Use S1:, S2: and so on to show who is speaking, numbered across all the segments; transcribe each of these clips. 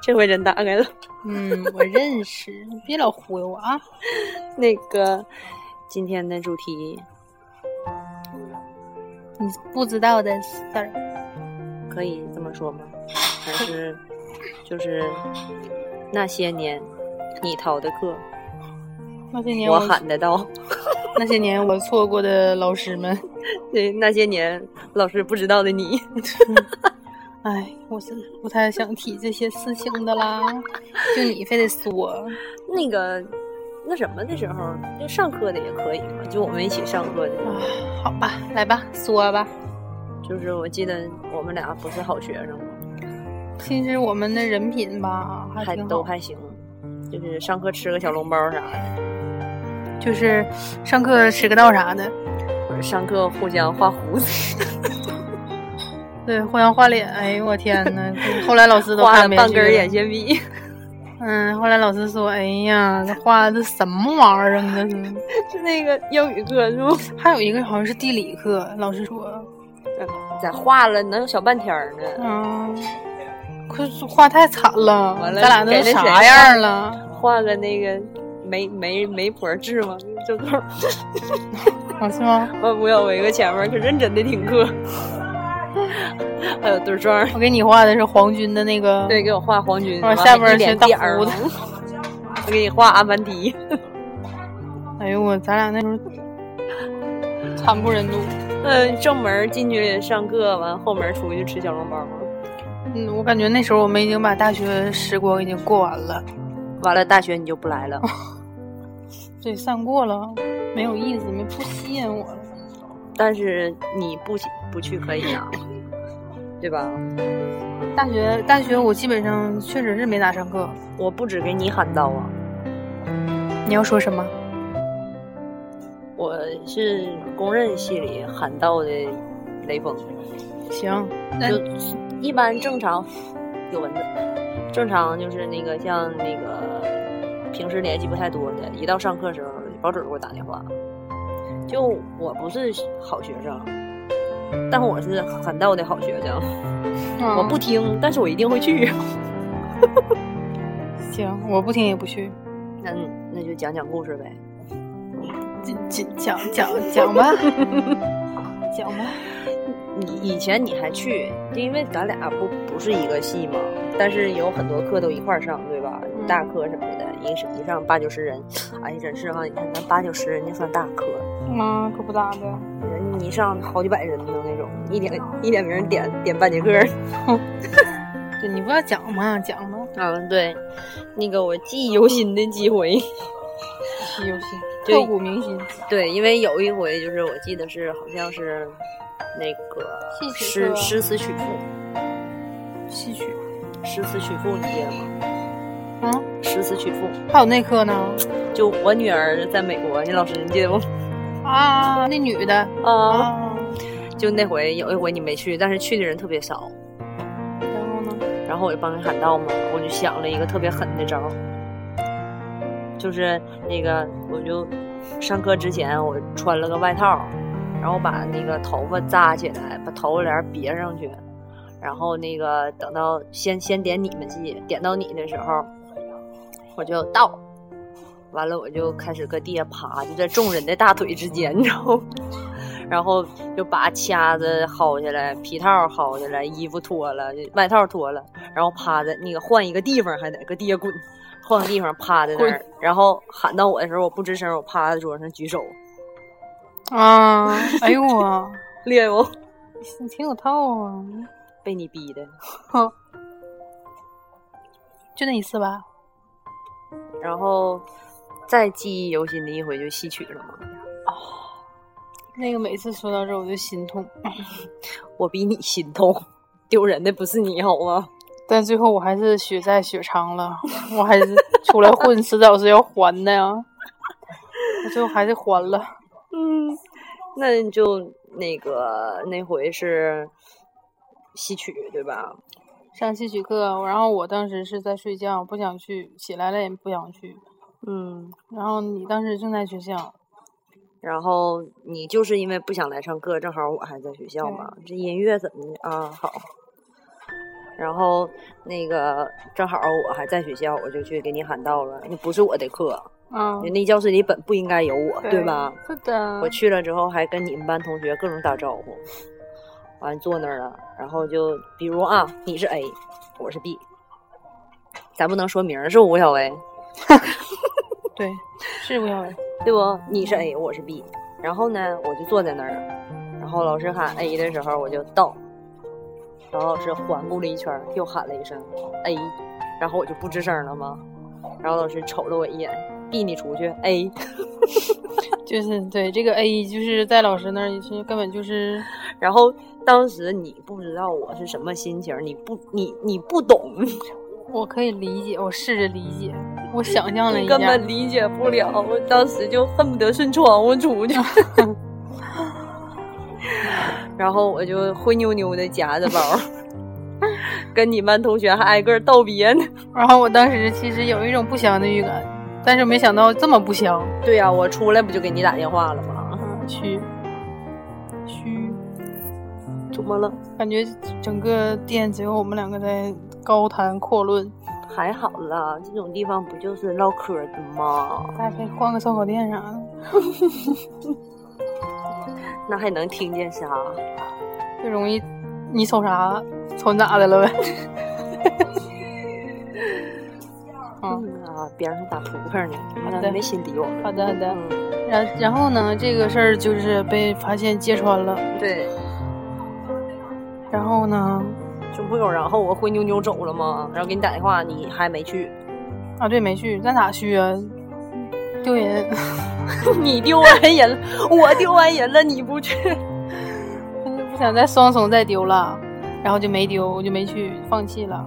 S1: 这回真大概了。
S2: 嗯，我认识，别老忽悠我啊。
S1: 那个今天的主题
S2: 你不知道的事儿，
S1: 可以这么说吗？还是就是那些年你逃的课，
S2: 那些年
S1: 我喊得到；
S2: 那些年我错过的老师们，
S1: 对，那些年老师不知道的你。
S2: 哎，我是不太想提这些事情的啦。就你非得说，
S1: 那个那什么的时候，就上课的也可以嘛，就我们一起上课的，
S2: 啊，好吧，来吧，说吧。
S1: 就是我记得我们俩不是好学生嘛，
S2: 其实我们的人品吧，还
S1: 还
S2: 挺
S1: 都
S2: 好。
S1: 还行，就是上课吃个小笼包啥的，
S2: 就是上课迟个到啥的，
S1: 或者上课互相画胡子，
S2: 对，互相画脸。哎呦我天 呐，后来老师都
S1: 画
S2: 看
S1: 了
S2: 不
S1: 半
S2: 下去
S1: 根儿
S2: 了
S1: 眼线笔，
S2: 嗯，后来老师说：“哎呀，这画的什么玩意儿啊？你这是。”
S1: 就那个英语课 是不？
S2: 还有一个好像是地理课，老师说，
S1: 咋画了能有小半天儿呢？
S2: 嗯，可是画太惨了，
S1: 完了
S2: 咱俩都
S1: 给那谁
S2: 啥样了？
S1: 画个那个媒媒媒婆制嘛，就够。
S2: 啊，是吗？
S1: 我不要我一个前面可认真的听课， 还有对装。
S2: 我给你画的是皇军的那个，
S1: 对，给我画黄军，
S2: 往
S1: 完了
S2: 下边儿
S1: 一脸
S2: 是大
S1: 点儿
S2: 胡子
S1: 嘛。我 给你画阿凡提，
S2: 哎呦我，咱俩那时候惨不忍睹。
S1: 嗯，正门进去上课，完后门出去吃小笼包嘛。
S2: 嗯，我感觉那时候我们已经把大学时光已经过完了，
S1: 完了，大学你就不来 了，
S2: 对，散过了，没有意思，没不吸引我了。
S1: 但是你不不去可以啊，对吧？
S2: 大学大学我基本上确实是没咋上课。
S1: 我不止给你喊到啊，
S2: 你要说什么？
S1: 我是公认系里喊到的雷锋。
S2: 行，那
S1: 就一般正常有蚊子，正常就是那个像那个平时联系不太多的，一到上课时候，保准给我打电话。就我不是好学生，但我是很道的好学生。我
S2: 嗯
S1: 不听，但是我一定会去。
S2: 嗯行，我不听也不去。
S1: 那那就讲讲故事呗。
S2: 讲讲讲讲吧，讲吧。
S1: 以以前你还去，就因为咱俩不不是一个系嘛，但是有很多课都一块儿上，对吧？
S2: 嗯
S1: 大课什么的，一上一上八九十人，哎，真是哈、你看咱八九十人就算大课，
S2: 妈嗯可不咋的，
S1: 你一上好几百人的那种，一点一点名点点半节课。
S2: 对你不要讲嘛，讲嘛，
S1: 嗯，对，那个我记忆犹新的几回，
S2: 记游戏
S1: 对
S2: 刻骨铭心。
S1: 对，因为有一回就是我记得是好像是那个
S2: 戏曲
S1: 诗
S2: 课
S1: 诗词曲赋，
S2: 戏曲
S1: 诗词曲赋你记得吗？
S2: 啊，
S1: 诗词曲赋。
S2: 还有那课呢
S1: 就我女儿在美国，你老师你记得不？
S2: 啊，那女的
S1: 啊，
S2: 啊，
S1: 就那回有一回你没去，但是去的人特别少，
S2: 然后呢？
S1: 然后我就帮你喊到嘛，我就想了一个特别狠的招儿，就是那个我就上课之前我穿了个外套，然后把那个头发扎起来，把头发帘别上去，然后那个等到先先点你们戏，点到你的时候，我就到。完了，我就开始搁地下爬，就在众人的大腿之间，你知道吗？ 然后就把掐子薅下来，皮套薅下来，衣服脱了，外套脱了，然后趴在那个换一个地方，还得搁地下滚，换个地方趴在那儿，然后喊到我的时候，我不吱声，我趴在桌上举手，
S2: 啊，哎呦我，
S1: 厉害不？
S2: 你挺有套啊，
S1: 被你逼的。
S2: 哼，就那一次吧。
S1: 然后再记忆犹新的一回就戏曲了嘛，
S2: 那个每次说到这儿我就心痛，
S1: 我比你心痛，丢人的不是你好吗？
S2: 但最后我还是血债血偿了，我还是出来混，迟早是要还的呀。我最后还是还了。
S1: 嗯，那就那个那回是戏曲对吧？
S2: 上戏曲课，然后我当时是在睡觉，不想去，起来了也不想去。
S1: 嗯，
S2: 然后你当时正在学校，
S1: 然后你就是因为不想来上课，正好我还在学校嘛。这音乐怎么的啊？好，然后那个正好我还在学校，我就去给你喊到了，那不是我的课，
S2: 嗯，
S1: 那教室里本不应该有我，对吧？？
S2: 是的，
S1: 我去了之后还跟你们班同学各种打招呼，完坐那儿了，然后就比如啊，你是 A，我是 B，咱不能说名儿是吴小薇，
S2: 对，是吴小伟。
S1: 对不？你是 A，我是 B，然后呢，我就坐在那儿，然后老师喊 A 的时候我就到，然后老师环顾了一圈儿，又喊了一声 A，然后我就不吱声了嘛，然后老师瞅了我一眼，B 你出去 A，
S2: 就是对这个 A，就是 E 在老师那儿也是根本就是
S1: 然后当时你不知道我是什么心情，你不你你不懂，
S2: 我可以理解，我试着理解，我想象了一
S1: 你
S2: 下
S1: 根，本理解不了，我当时就恨不得顺窗户 出去。然后我就灰妞妞的夹着包，跟你班同学还挨个道别呢。
S2: 然后我当时其实有一种不祥的预感，但是没想到这么不祥。
S1: 对呀、我出来不就给你打电话了吗？
S2: 虚虚，
S1: 怎么了？
S2: 感觉整个店只有我们两个在高谈阔论。
S1: 还好啦，这种地方不就是唠嗑的吗？
S2: 大家可以换个烧烤店啥的，
S1: 那还能听见啥？
S2: 就容易你瞅啥，瞅你咋的了呗。嗯，
S1: 嗯啊，别让他打扑克呢，
S2: 好
S1: 那
S2: 的
S1: 没心理我。
S2: 好的好的。
S1: 嗯，
S2: 然然后呢，这个事儿就是被发现揭穿了。
S1: 对，
S2: 然后呢，
S1: 就不有然后我灰妞妞走了吗？然后给你打电话，你还没 去。
S2: 啊对，没去，咱咋去啊？丢人！
S1: 你丢完人了，我丢完人了，你不去？
S2: 不想再双重再丢了，然后就没丢，我就没去，放弃了。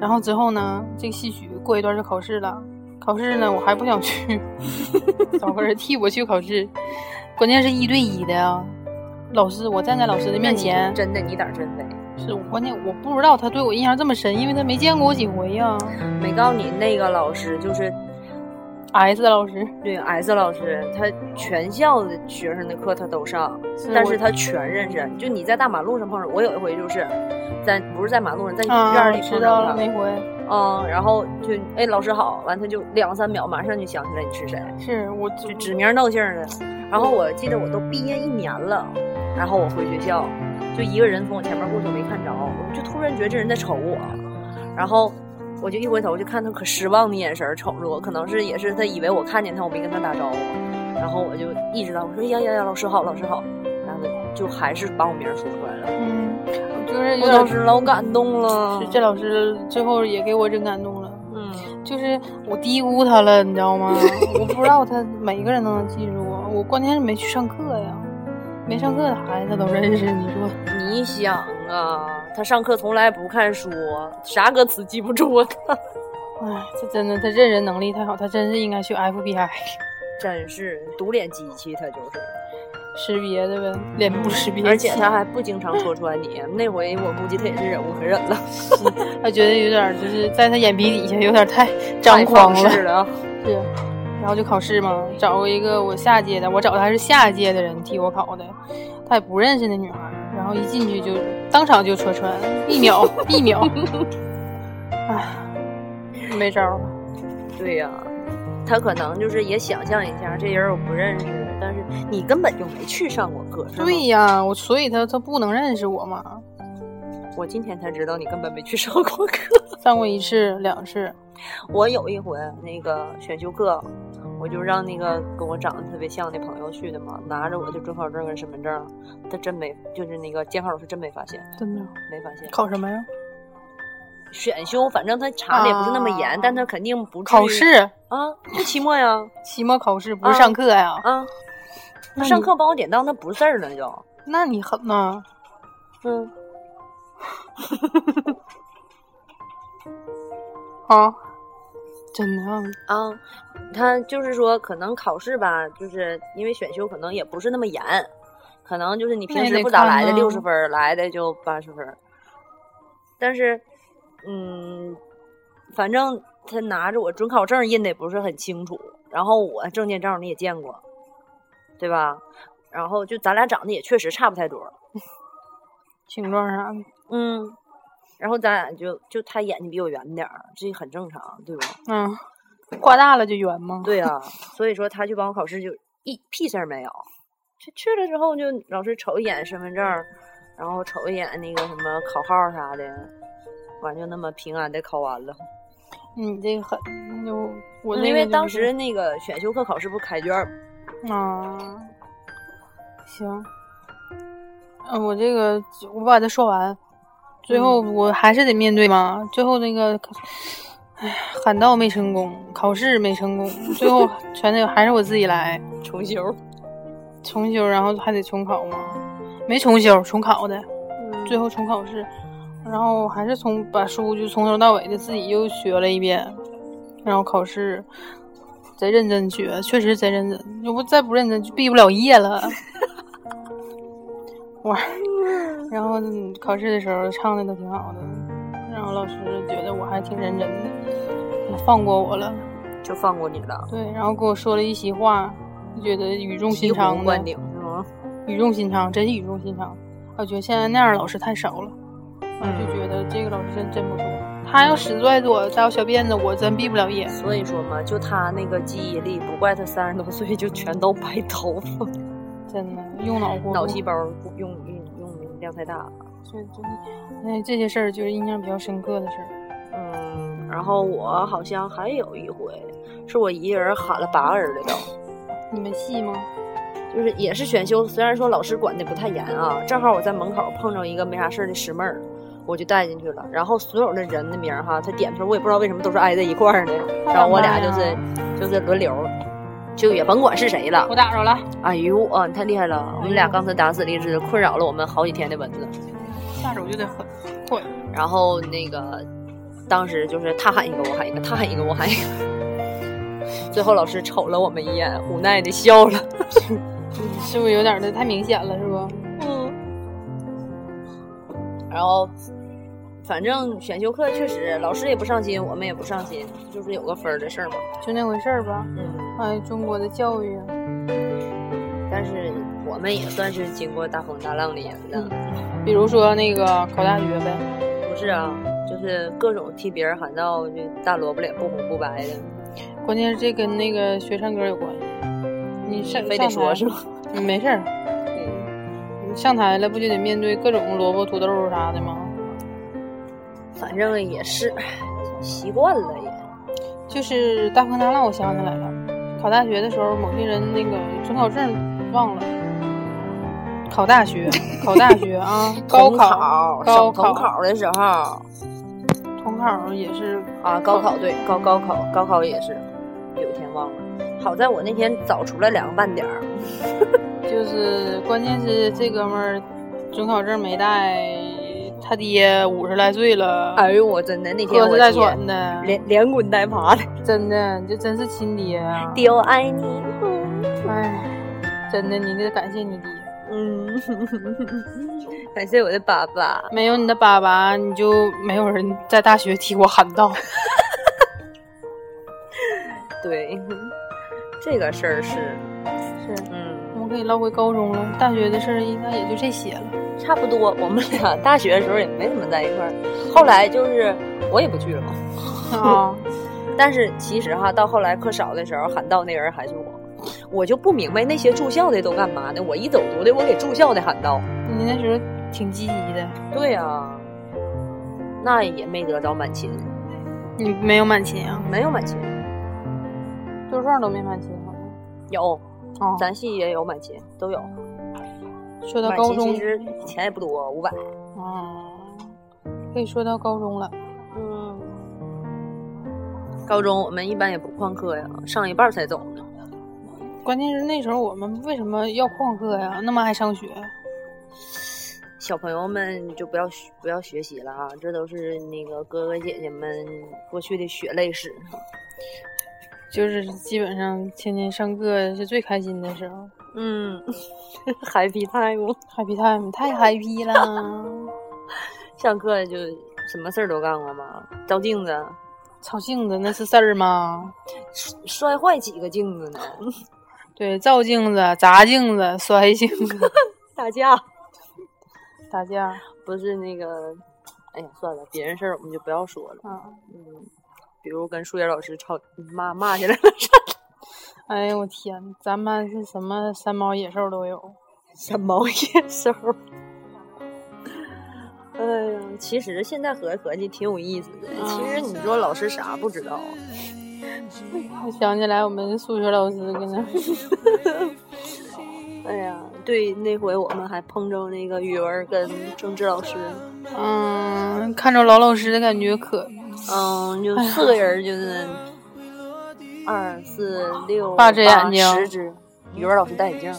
S2: 然后之后呢，这个戏曲过一段就考试了，考试呢我还不想去， 找个人替我去考试。关键是一对一的呀，老师我站在老师的面前，
S1: 真的，你胆儿真肥。
S2: 是我关键我不知道他对我印象这么深，因为他没见过我几回啊呀。
S1: 没告诉你那个老师就是。
S2: S 老师，
S1: 对 S 老师，他全校的学生的课他都上，
S2: 是
S1: 但
S2: 我
S1: 是他全认识。就你在大马路上碰上，我有一回就是在不是在马路上，在院
S2: 啊
S1: 儿里，碰
S2: 知道
S1: 到
S2: 了
S1: 他，
S2: 那回，
S1: 嗯，然后就哎老师好，完他就两三秒马上就想起来你是谁，
S2: 是我
S1: 就指名道姓的。然后我记得我都毕业一年了，然后我回学校，就一个人从我前面过去，我没看着，我就突然觉得这人在瞅我，然后我就一回头就看他可失望的眼神儿瞅着我，可能是也是他以为我看见他，我没跟他打招呼，然后我就一直到我说呀呀呀，老师好，老师好，然后他就还是把我名儿说出来了，
S2: 嗯，就是有
S1: 我
S2: 点
S1: 当时老感动了
S2: 是，这老师最后也给我真感动了。
S1: 嗯，
S2: 就是我低估他了，你知道吗？ 我不知道他每个人都能记住我，我关键是没去上课呀，没上课的孩子都认识，你说
S1: 你想啊，他上课从来不看书，啥歌词记不住啊他。
S2: 哎，这真的，他认人能力太好，他真是应该去 FBI
S1: 真是独脸机器，他就是，
S2: 识别的呗，脸部识别器，
S1: 而且他还不经常戳穿你。那回我估计他也是忍无可忍了，
S2: 他觉得有点儿就是在他眼皮底下有点儿太 张狂
S1: 太
S2: 了
S1: 放，肆了啊！
S2: 是，然后就考试嘛，找一个我下届的，我找的还是下届的人替我考的，他也不认识那女孩儿，然后一进去就当场就戳穿，一秒一秒，唉，没招儿了，
S1: 对呀、他可能就是也想象一下，这人我不认识，但是你根本就没去上过课，是吗
S2: 对呀，我所以他他不能认识我嘛，
S1: 我今天才知道你根本没去上过课。
S2: 上过一次两次，
S1: 我有一回那个选修课，我就让那个跟我长得特别像的朋友去的嘛，拿着我的准考证跟身份证，他真没，就是那个监考老师真没发现，
S2: 真的
S1: 没发现。
S2: 考什么呀？
S1: 选修，反正他查的也不是那么严，
S2: 啊
S1: 但他肯定不至于
S2: 考试，
S1: 啊，就期末呀
S2: 期末考试不是上课呀？
S1: 啊，
S2: 那你
S1: 上课帮我点到那不是事儿了就，
S2: 那你啊狠呐！
S1: 嗯，
S2: 啊，真的啊，
S1: 啊，他就是说可能考试吧，就是因为选修可能也不是那么严，可能就是你平
S2: 那也
S1: 时
S2: 得
S1: 不咋来的
S2: 看啊
S1: 六十分儿，来的就八十分儿，但是，嗯，反正他拿着我准考证印的也不是很清楚，然后我证件照你也见过，对吧？然后就咱俩长得也确实差不太多，
S2: 形状啥的，
S1: 嗯，然后咱俩就就他眼睛比我圆点儿，这很正常，对吧？
S2: 嗯，挂大了就圆吗？
S1: 对啊，所以说他去帮我考试就一屁事儿没有。去去了之后就老师瞅一眼身份证儿，然后瞅一眼那个什么考号啥的，完就那么平安的考完了。
S2: 你这个很，就我
S1: 嗯
S2: 那
S1: 因
S2: 个
S1: 为
S2: 就
S1: 当
S2: 不
S1: 时
S2: 是
S1: 那个选修课考试不开卷儿吗，
S2: 啊，行，嗯，我这个我把它说完，最后
S1: 嗯
S2: 我还是得面对嘛。最后那个，哎呀，喊道没成功，考试没成功，最后全得还是我自己来
S1: 重修。
S2: 重修，然后还得重考嘛。没重修，重考的，最
S1: 后
S2: 后重考试，然后还是从把书就从头到尾的自己又学了一遍，然后考试贼认真学，确实贼认真，要不再不认真就毕不了业了。哇！然后嗯考试的时候唱的都挺好的，然后老师觉得我还挺认真的，放过我了。
S1: 就放过你了，
S2: 对，然后给我说了一席话，就觉得语重
S1: 醍
S2: 心长
S1: 醐
S2: 的。
S1: 灌顶是吗？
S2: 语重心长，真是语重心长。我觉得现在那样的老师太少了，我就觉得这个老师真真不错。他要屎拽着我扎小辫子，我真毕不了业。
S1: 所以说嘛，就他那个记忆力，不怪他三十多岁就全都白头发，
S2: 真的用脑过
S1: 脑
S2: 度
S1: 细胞不用用用量太大了。
S2: 所以就哎，这些事儿就是印象比较深刻的事儿。
S1: 嗯，然后我好像还有一回，是我一个人喊了八个人的招，
S2: 你们系吗？
S1: 就是也是选修，虽然说老师管的不太严啊，正好我在门口碰着一个没啥事儿的师妹儿，我就带进去了。然后所有的人的名儿哈，他点的时候我也不知道为什么都是挨在一块儿的，然后我俩就是就是轮流，就也甭管是谁了。
S2: 我打着了，
S1: 哎呦啊，你太厉害了！我们
S2: 哎
S1: 俩
S2: 呦
S1: 刚才打死离枝，困扰了我们好几天的蚊子。
S2: 下手就得狠，会
S1: 然后那个当时就是他喊一个，我喊一个，他喊一个，我喊一个。 最后老师瞅了我们一眼，无奈的笑了。
S2: 是不是有点儿的太明显了？是不？
S1: 嗯。然后，反正选修课确实老师也不上心，我们也不上心，就是有个分儿的事儿嘛。
S2: 就那回事儿吧。
S1: 嗯。
S2: 哎，中国的教育啊，
S1: 但是我们也算是经过大风大浪的人了。
S2: 比如说那个考大学呗，
S1: 不是啊，就是各种替别人喊道，就大萝卜脸不红不白的。
S2: 关键是这跟那个学唱歌有关系。你上
S1: 非得
S2: 上
S1: 说
S2: 台
S1: 是 吗？
S2: 嗯，没事儿，
S1: 嗯
S2: 你上台了不就得面对各种萝卜、土豆儿啥的吗？
S1: 反正也是哎习惯了也。
S2: 就是大风大浪，我想起来了，考大学的时候，某些人那个准考证忘了。考大 学，考大学啊，高
S1: 统
S2: 考
S1: 考、
S2: 高
S1: 省统
S2: 考、
S1: 考的时候
S2: 统考也是
S1: 啊，高考对高高考高考也是，有一天忘了。好在我那天早出来两个半点儿，
S2: 就是关键是这哥们儿准考证没带，他爹五十来岁了，
S1: 哎呦我真的那天
S2: 鸽
S1: 我
S2: 子带
S1: 爹
S2: 喘的，
S1: 连连滚带爬的，
S2: 真的，你这真是亲爹啊！
S1: 爹我爱你，嗯
S2: 哎，真的，你得感谢你爹。
S1: 嗯，感谢我的爸爸，
S2: 没有你的粑粑，你就没有人在大学替我喊道。
S1: 对，这个事儿是，
S2: 是，
S1: 嗯。
S2: 我们可以唠回高中了，大学的事儿应该也就这些了。
S1: 差不多，我们俩大学的时候也没怎么在一块儿，后来就是我也不去了嘛。
S2: 啊，
S1: 但是其实哈，到后来课少的时候，喊到那人还是我，我就不明白那些住校的都干嘛呢？我一走读的，我给住校的喊到。
S2: 你那时候挺积极的，
S1: 对呀、那也没得着满勤，
S2: 你没有满勤啊？
S1: 没有满勤，
S2: 做状都没满勤好像。
S1: 有
S2: 哦，
S1: 咱系也有满勤，都有。
S2: 说到
S1: 满
S2: 高
S1: 勤
S2: 中
S1: 其，实钱也不多，五百。
S2: 啊，可以说到高中了。
S1: 嗯，高中我们一般也不旷课呀，上一半儿才走呢。
S2: 关键是那时候我们为什么要旷课呀？那么爱上学，
S1: 小朋友们就不要学不要学习了啊！这都是那个哥哥姐姐们过去的血泪史。
S2: 就是基本上天天上课是最开心的时候
S1: 嗯 ，Happy time，
S2: ，happy time 太 happy 了。
S1: 上课就什么事儿都干过吗？照镜子，
S2: 照镜子那是事儿吗？
S1: 摔坏几个镜子呢？
S2: 对，照镜子、砸镜子、摔镜子、
S1: 打架
S2: 打架，
S1: 不是那个，哎呀，算了，别人事儿我们就不要说了。
S2: 啊，
S1: 嗯，比如跟数学老师吵骂骂起来了，
S2: 哎呦我天，咱班是什么山猫野兽都有。
S1: 什么野兽？哎呀，其实现在合计合计挺有意思的。其实你说老师啥不知道啊？
S2: 我想起来我们数学老师跟那
S1: 哎呀，对，那回我们还碰着那个语文跟政治老师，
S2: 嗯，看着老老师的感觉可
S1: 嗯，
S2: 哎
S1: 就四个人就是二四六
S2: 八只眼睛
S1: 十只。语文老师戴眼镜，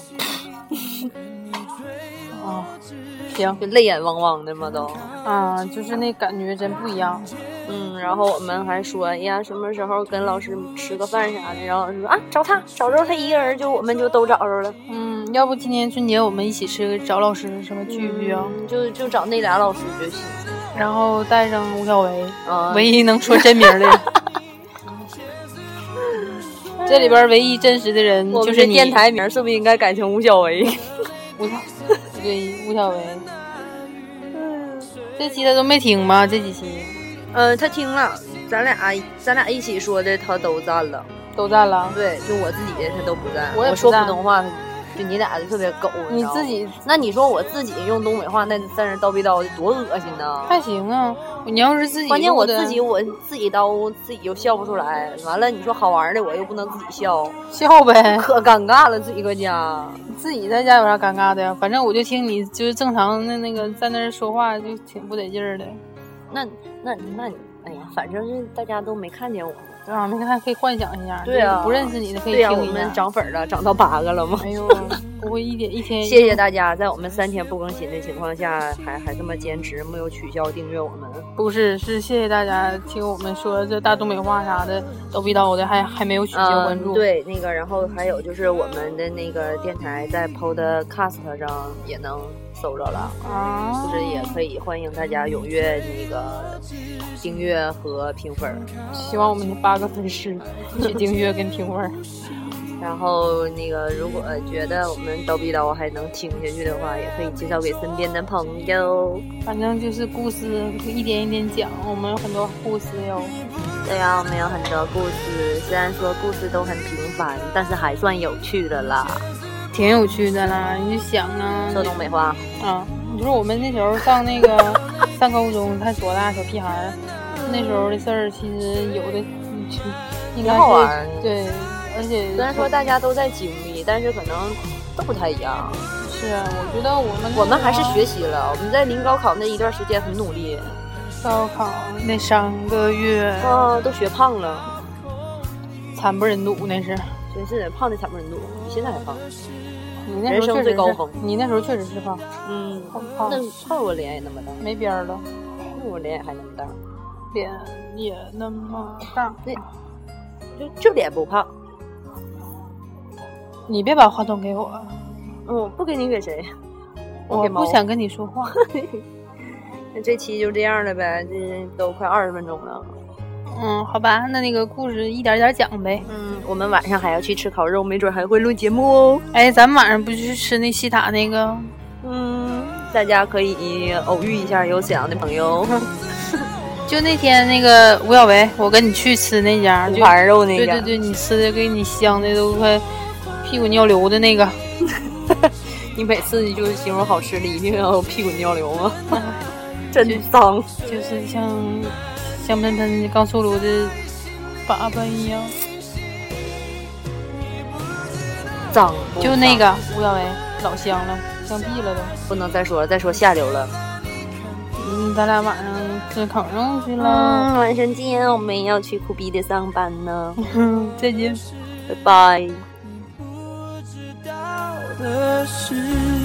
S2: 啊，行
S1: 就泪眼汪汪的嘛都。
S2: 啊，就是那感觉真不一样。
S1: 嗯，然后我们还说，哎呀，什么时候跟老师吃个饭啥的？然后老师说啊，找他，找着他一个人就我们就都找着了。
S2: 嗯，要不今年春节我们一起去找老师什么聚聚啊？
S1: 嗯就就找那俩老师就行。
S2: 然后带上吴小维，
S1: 啊，
S2: 唯一能说真名儿的 人。这里边儿唯一真实的人
S1: 我
S2: 嗯就
S1: 们
S2: 是
S1: 这
S2: 你，
S1: 电台名是不是应该改成吴小 维？
S2: 吴小对吴小维。这期他都没听吗？这几期
S1: 嗯，他听了，咱俩咱俩一起说的，他都赞了。
S2: 都赞了。
S1: 对，就我自己的他都不赞。
S2: 我也不
S1: 说
S2: 赞
S1: 普通话，他就你俩就特别狗。
S2: 你
S1: 知道吗
S2: 自？己
S1: 那你说我自己用东北话，那在那叨逼叨的，多恶心呐！
S2: 还行啊，你要是自己
S1: 关键我
S2: 录的
S1: 自己我自己叨，自己又笑不出来。完了，你说好玩的，我又不能自己笑，
S2: 笑呗，
S1: 可尴尬了，自己搁家。
S2: 自己在家有啥尴尬的呀？反正我就听你就是正常的那个在那儿说话就挺不得劲儿的。
S1: 那那那，哎呀，反正是大家都没看见我们。
S2: 啊，那个还可以幻想一下，
S1: 对啊
S2: 就是不认识你的可以
S1: 对啊呀、我
S2: 听一
S1: 们
S2: 下。
S1: 涨粉儿了，涨到八个了吗？
S2: 哎呦，不会一点一天
S1: 谢谢大家，在我们三天不更新的情况下，还还这么坚持，没有取消订阅我们。
S2: 不是是谢谢大家听我们说这大东北话啥的叨逼叨的，还还没有取消关注。
S1: 嗯，对，那个，然后还有就是我们的那个电台在 Podcast 上也能搜着了，
S2: 啊，
S1: 就是也可以欢迎大家踊跃那个订阅和评分儿。
S2: 希望我们的八个粉丝去订阅跟评 分儿。
S1: 然后那个，如果觉得我们叨逼叨还能听下去的话，也可以介绍给身边的朋友。
S2: 反正就是故事一点一点讲，我们有很多故事哟。
S1: 对啊，我们有很多故事，虽然说故事都很平凡，但是还算有趣的啦。
S2: 挺有趣的啦，你就想啊，
S1: 说东北话，
S2: 啊，你说我们那时候上那个 上高中才多大小屁孩儿，那时候的事儿其实有的嗯就应该
S1: 挺好玩儿
S2: 是对，而且
S1: 虽然说大家都在经历，但是可能都不太一样。
S2: 是啊，我觉得我们
S1: 我们还是学
S2: 习
S1: 习了，我们在临高考那一段时间很努力，
S2: 高考那三个月
S1: 啊，都学胖了，
S2: 惨不忍睹，那是
S1: 真是胖的惨不忍睹，比现在还胖。
S2: 你
S1: 人
S2: 那时候
S1: 生
S2: 确实
S1: 最高
S2: 是
S1: 峰
S2: 你那时候确实是胖
S1: 嗯，
S2: 胖胖
S1: 那，胖我脸也那么大，
S2: 没边儿了，
S1: 胖我脸也还那么大，
S2: 脸也那么大，
S1: 就就脸不胖。
S2: 你别把话筒给我，
S1: 嗯，不给你给谁？
S2: 我
S1: 给猫
S2: 不想跟你说话。
S1: 那这期就这样了呗，这都快二十分钟了。
S2: 嗯，好吧，那那个故事一点儿点儿讲呗。
S1: 嗯，我们晚上还要去吃烤肉，没准还会录节目哦。
S2: 哎，咱们晚上不去吃那西塔那个？
S1: 嗯，大家可以偶遇一下有沈阳的朋友，
S2: 就那天那个吴小维，我跟你去吃那家，
S1: 五
S2: 就
S1: 花肉那
S2: 对
S1: 个。
S2: 对对，你吃的给你香的都快屁股尿流的那个，
S1: 你每次你就形容好吃的，一定要屁滚尿流吗？ 真脏！
S2: 就是像香喷喷的刚出炉的粑粑一样。
S1: 脏！
S2: 就那个吴小维，老香了，香屁了都。
S1: 不能再说了，再说下流了。
S2: 嗯，咱俩晚上吃烤肉去了，
S1: 嗯，晚上见，我们要去苦逼的上班呢，
S2: 嗯，再见。
S1: 拜拜。
S3: 不知道的事。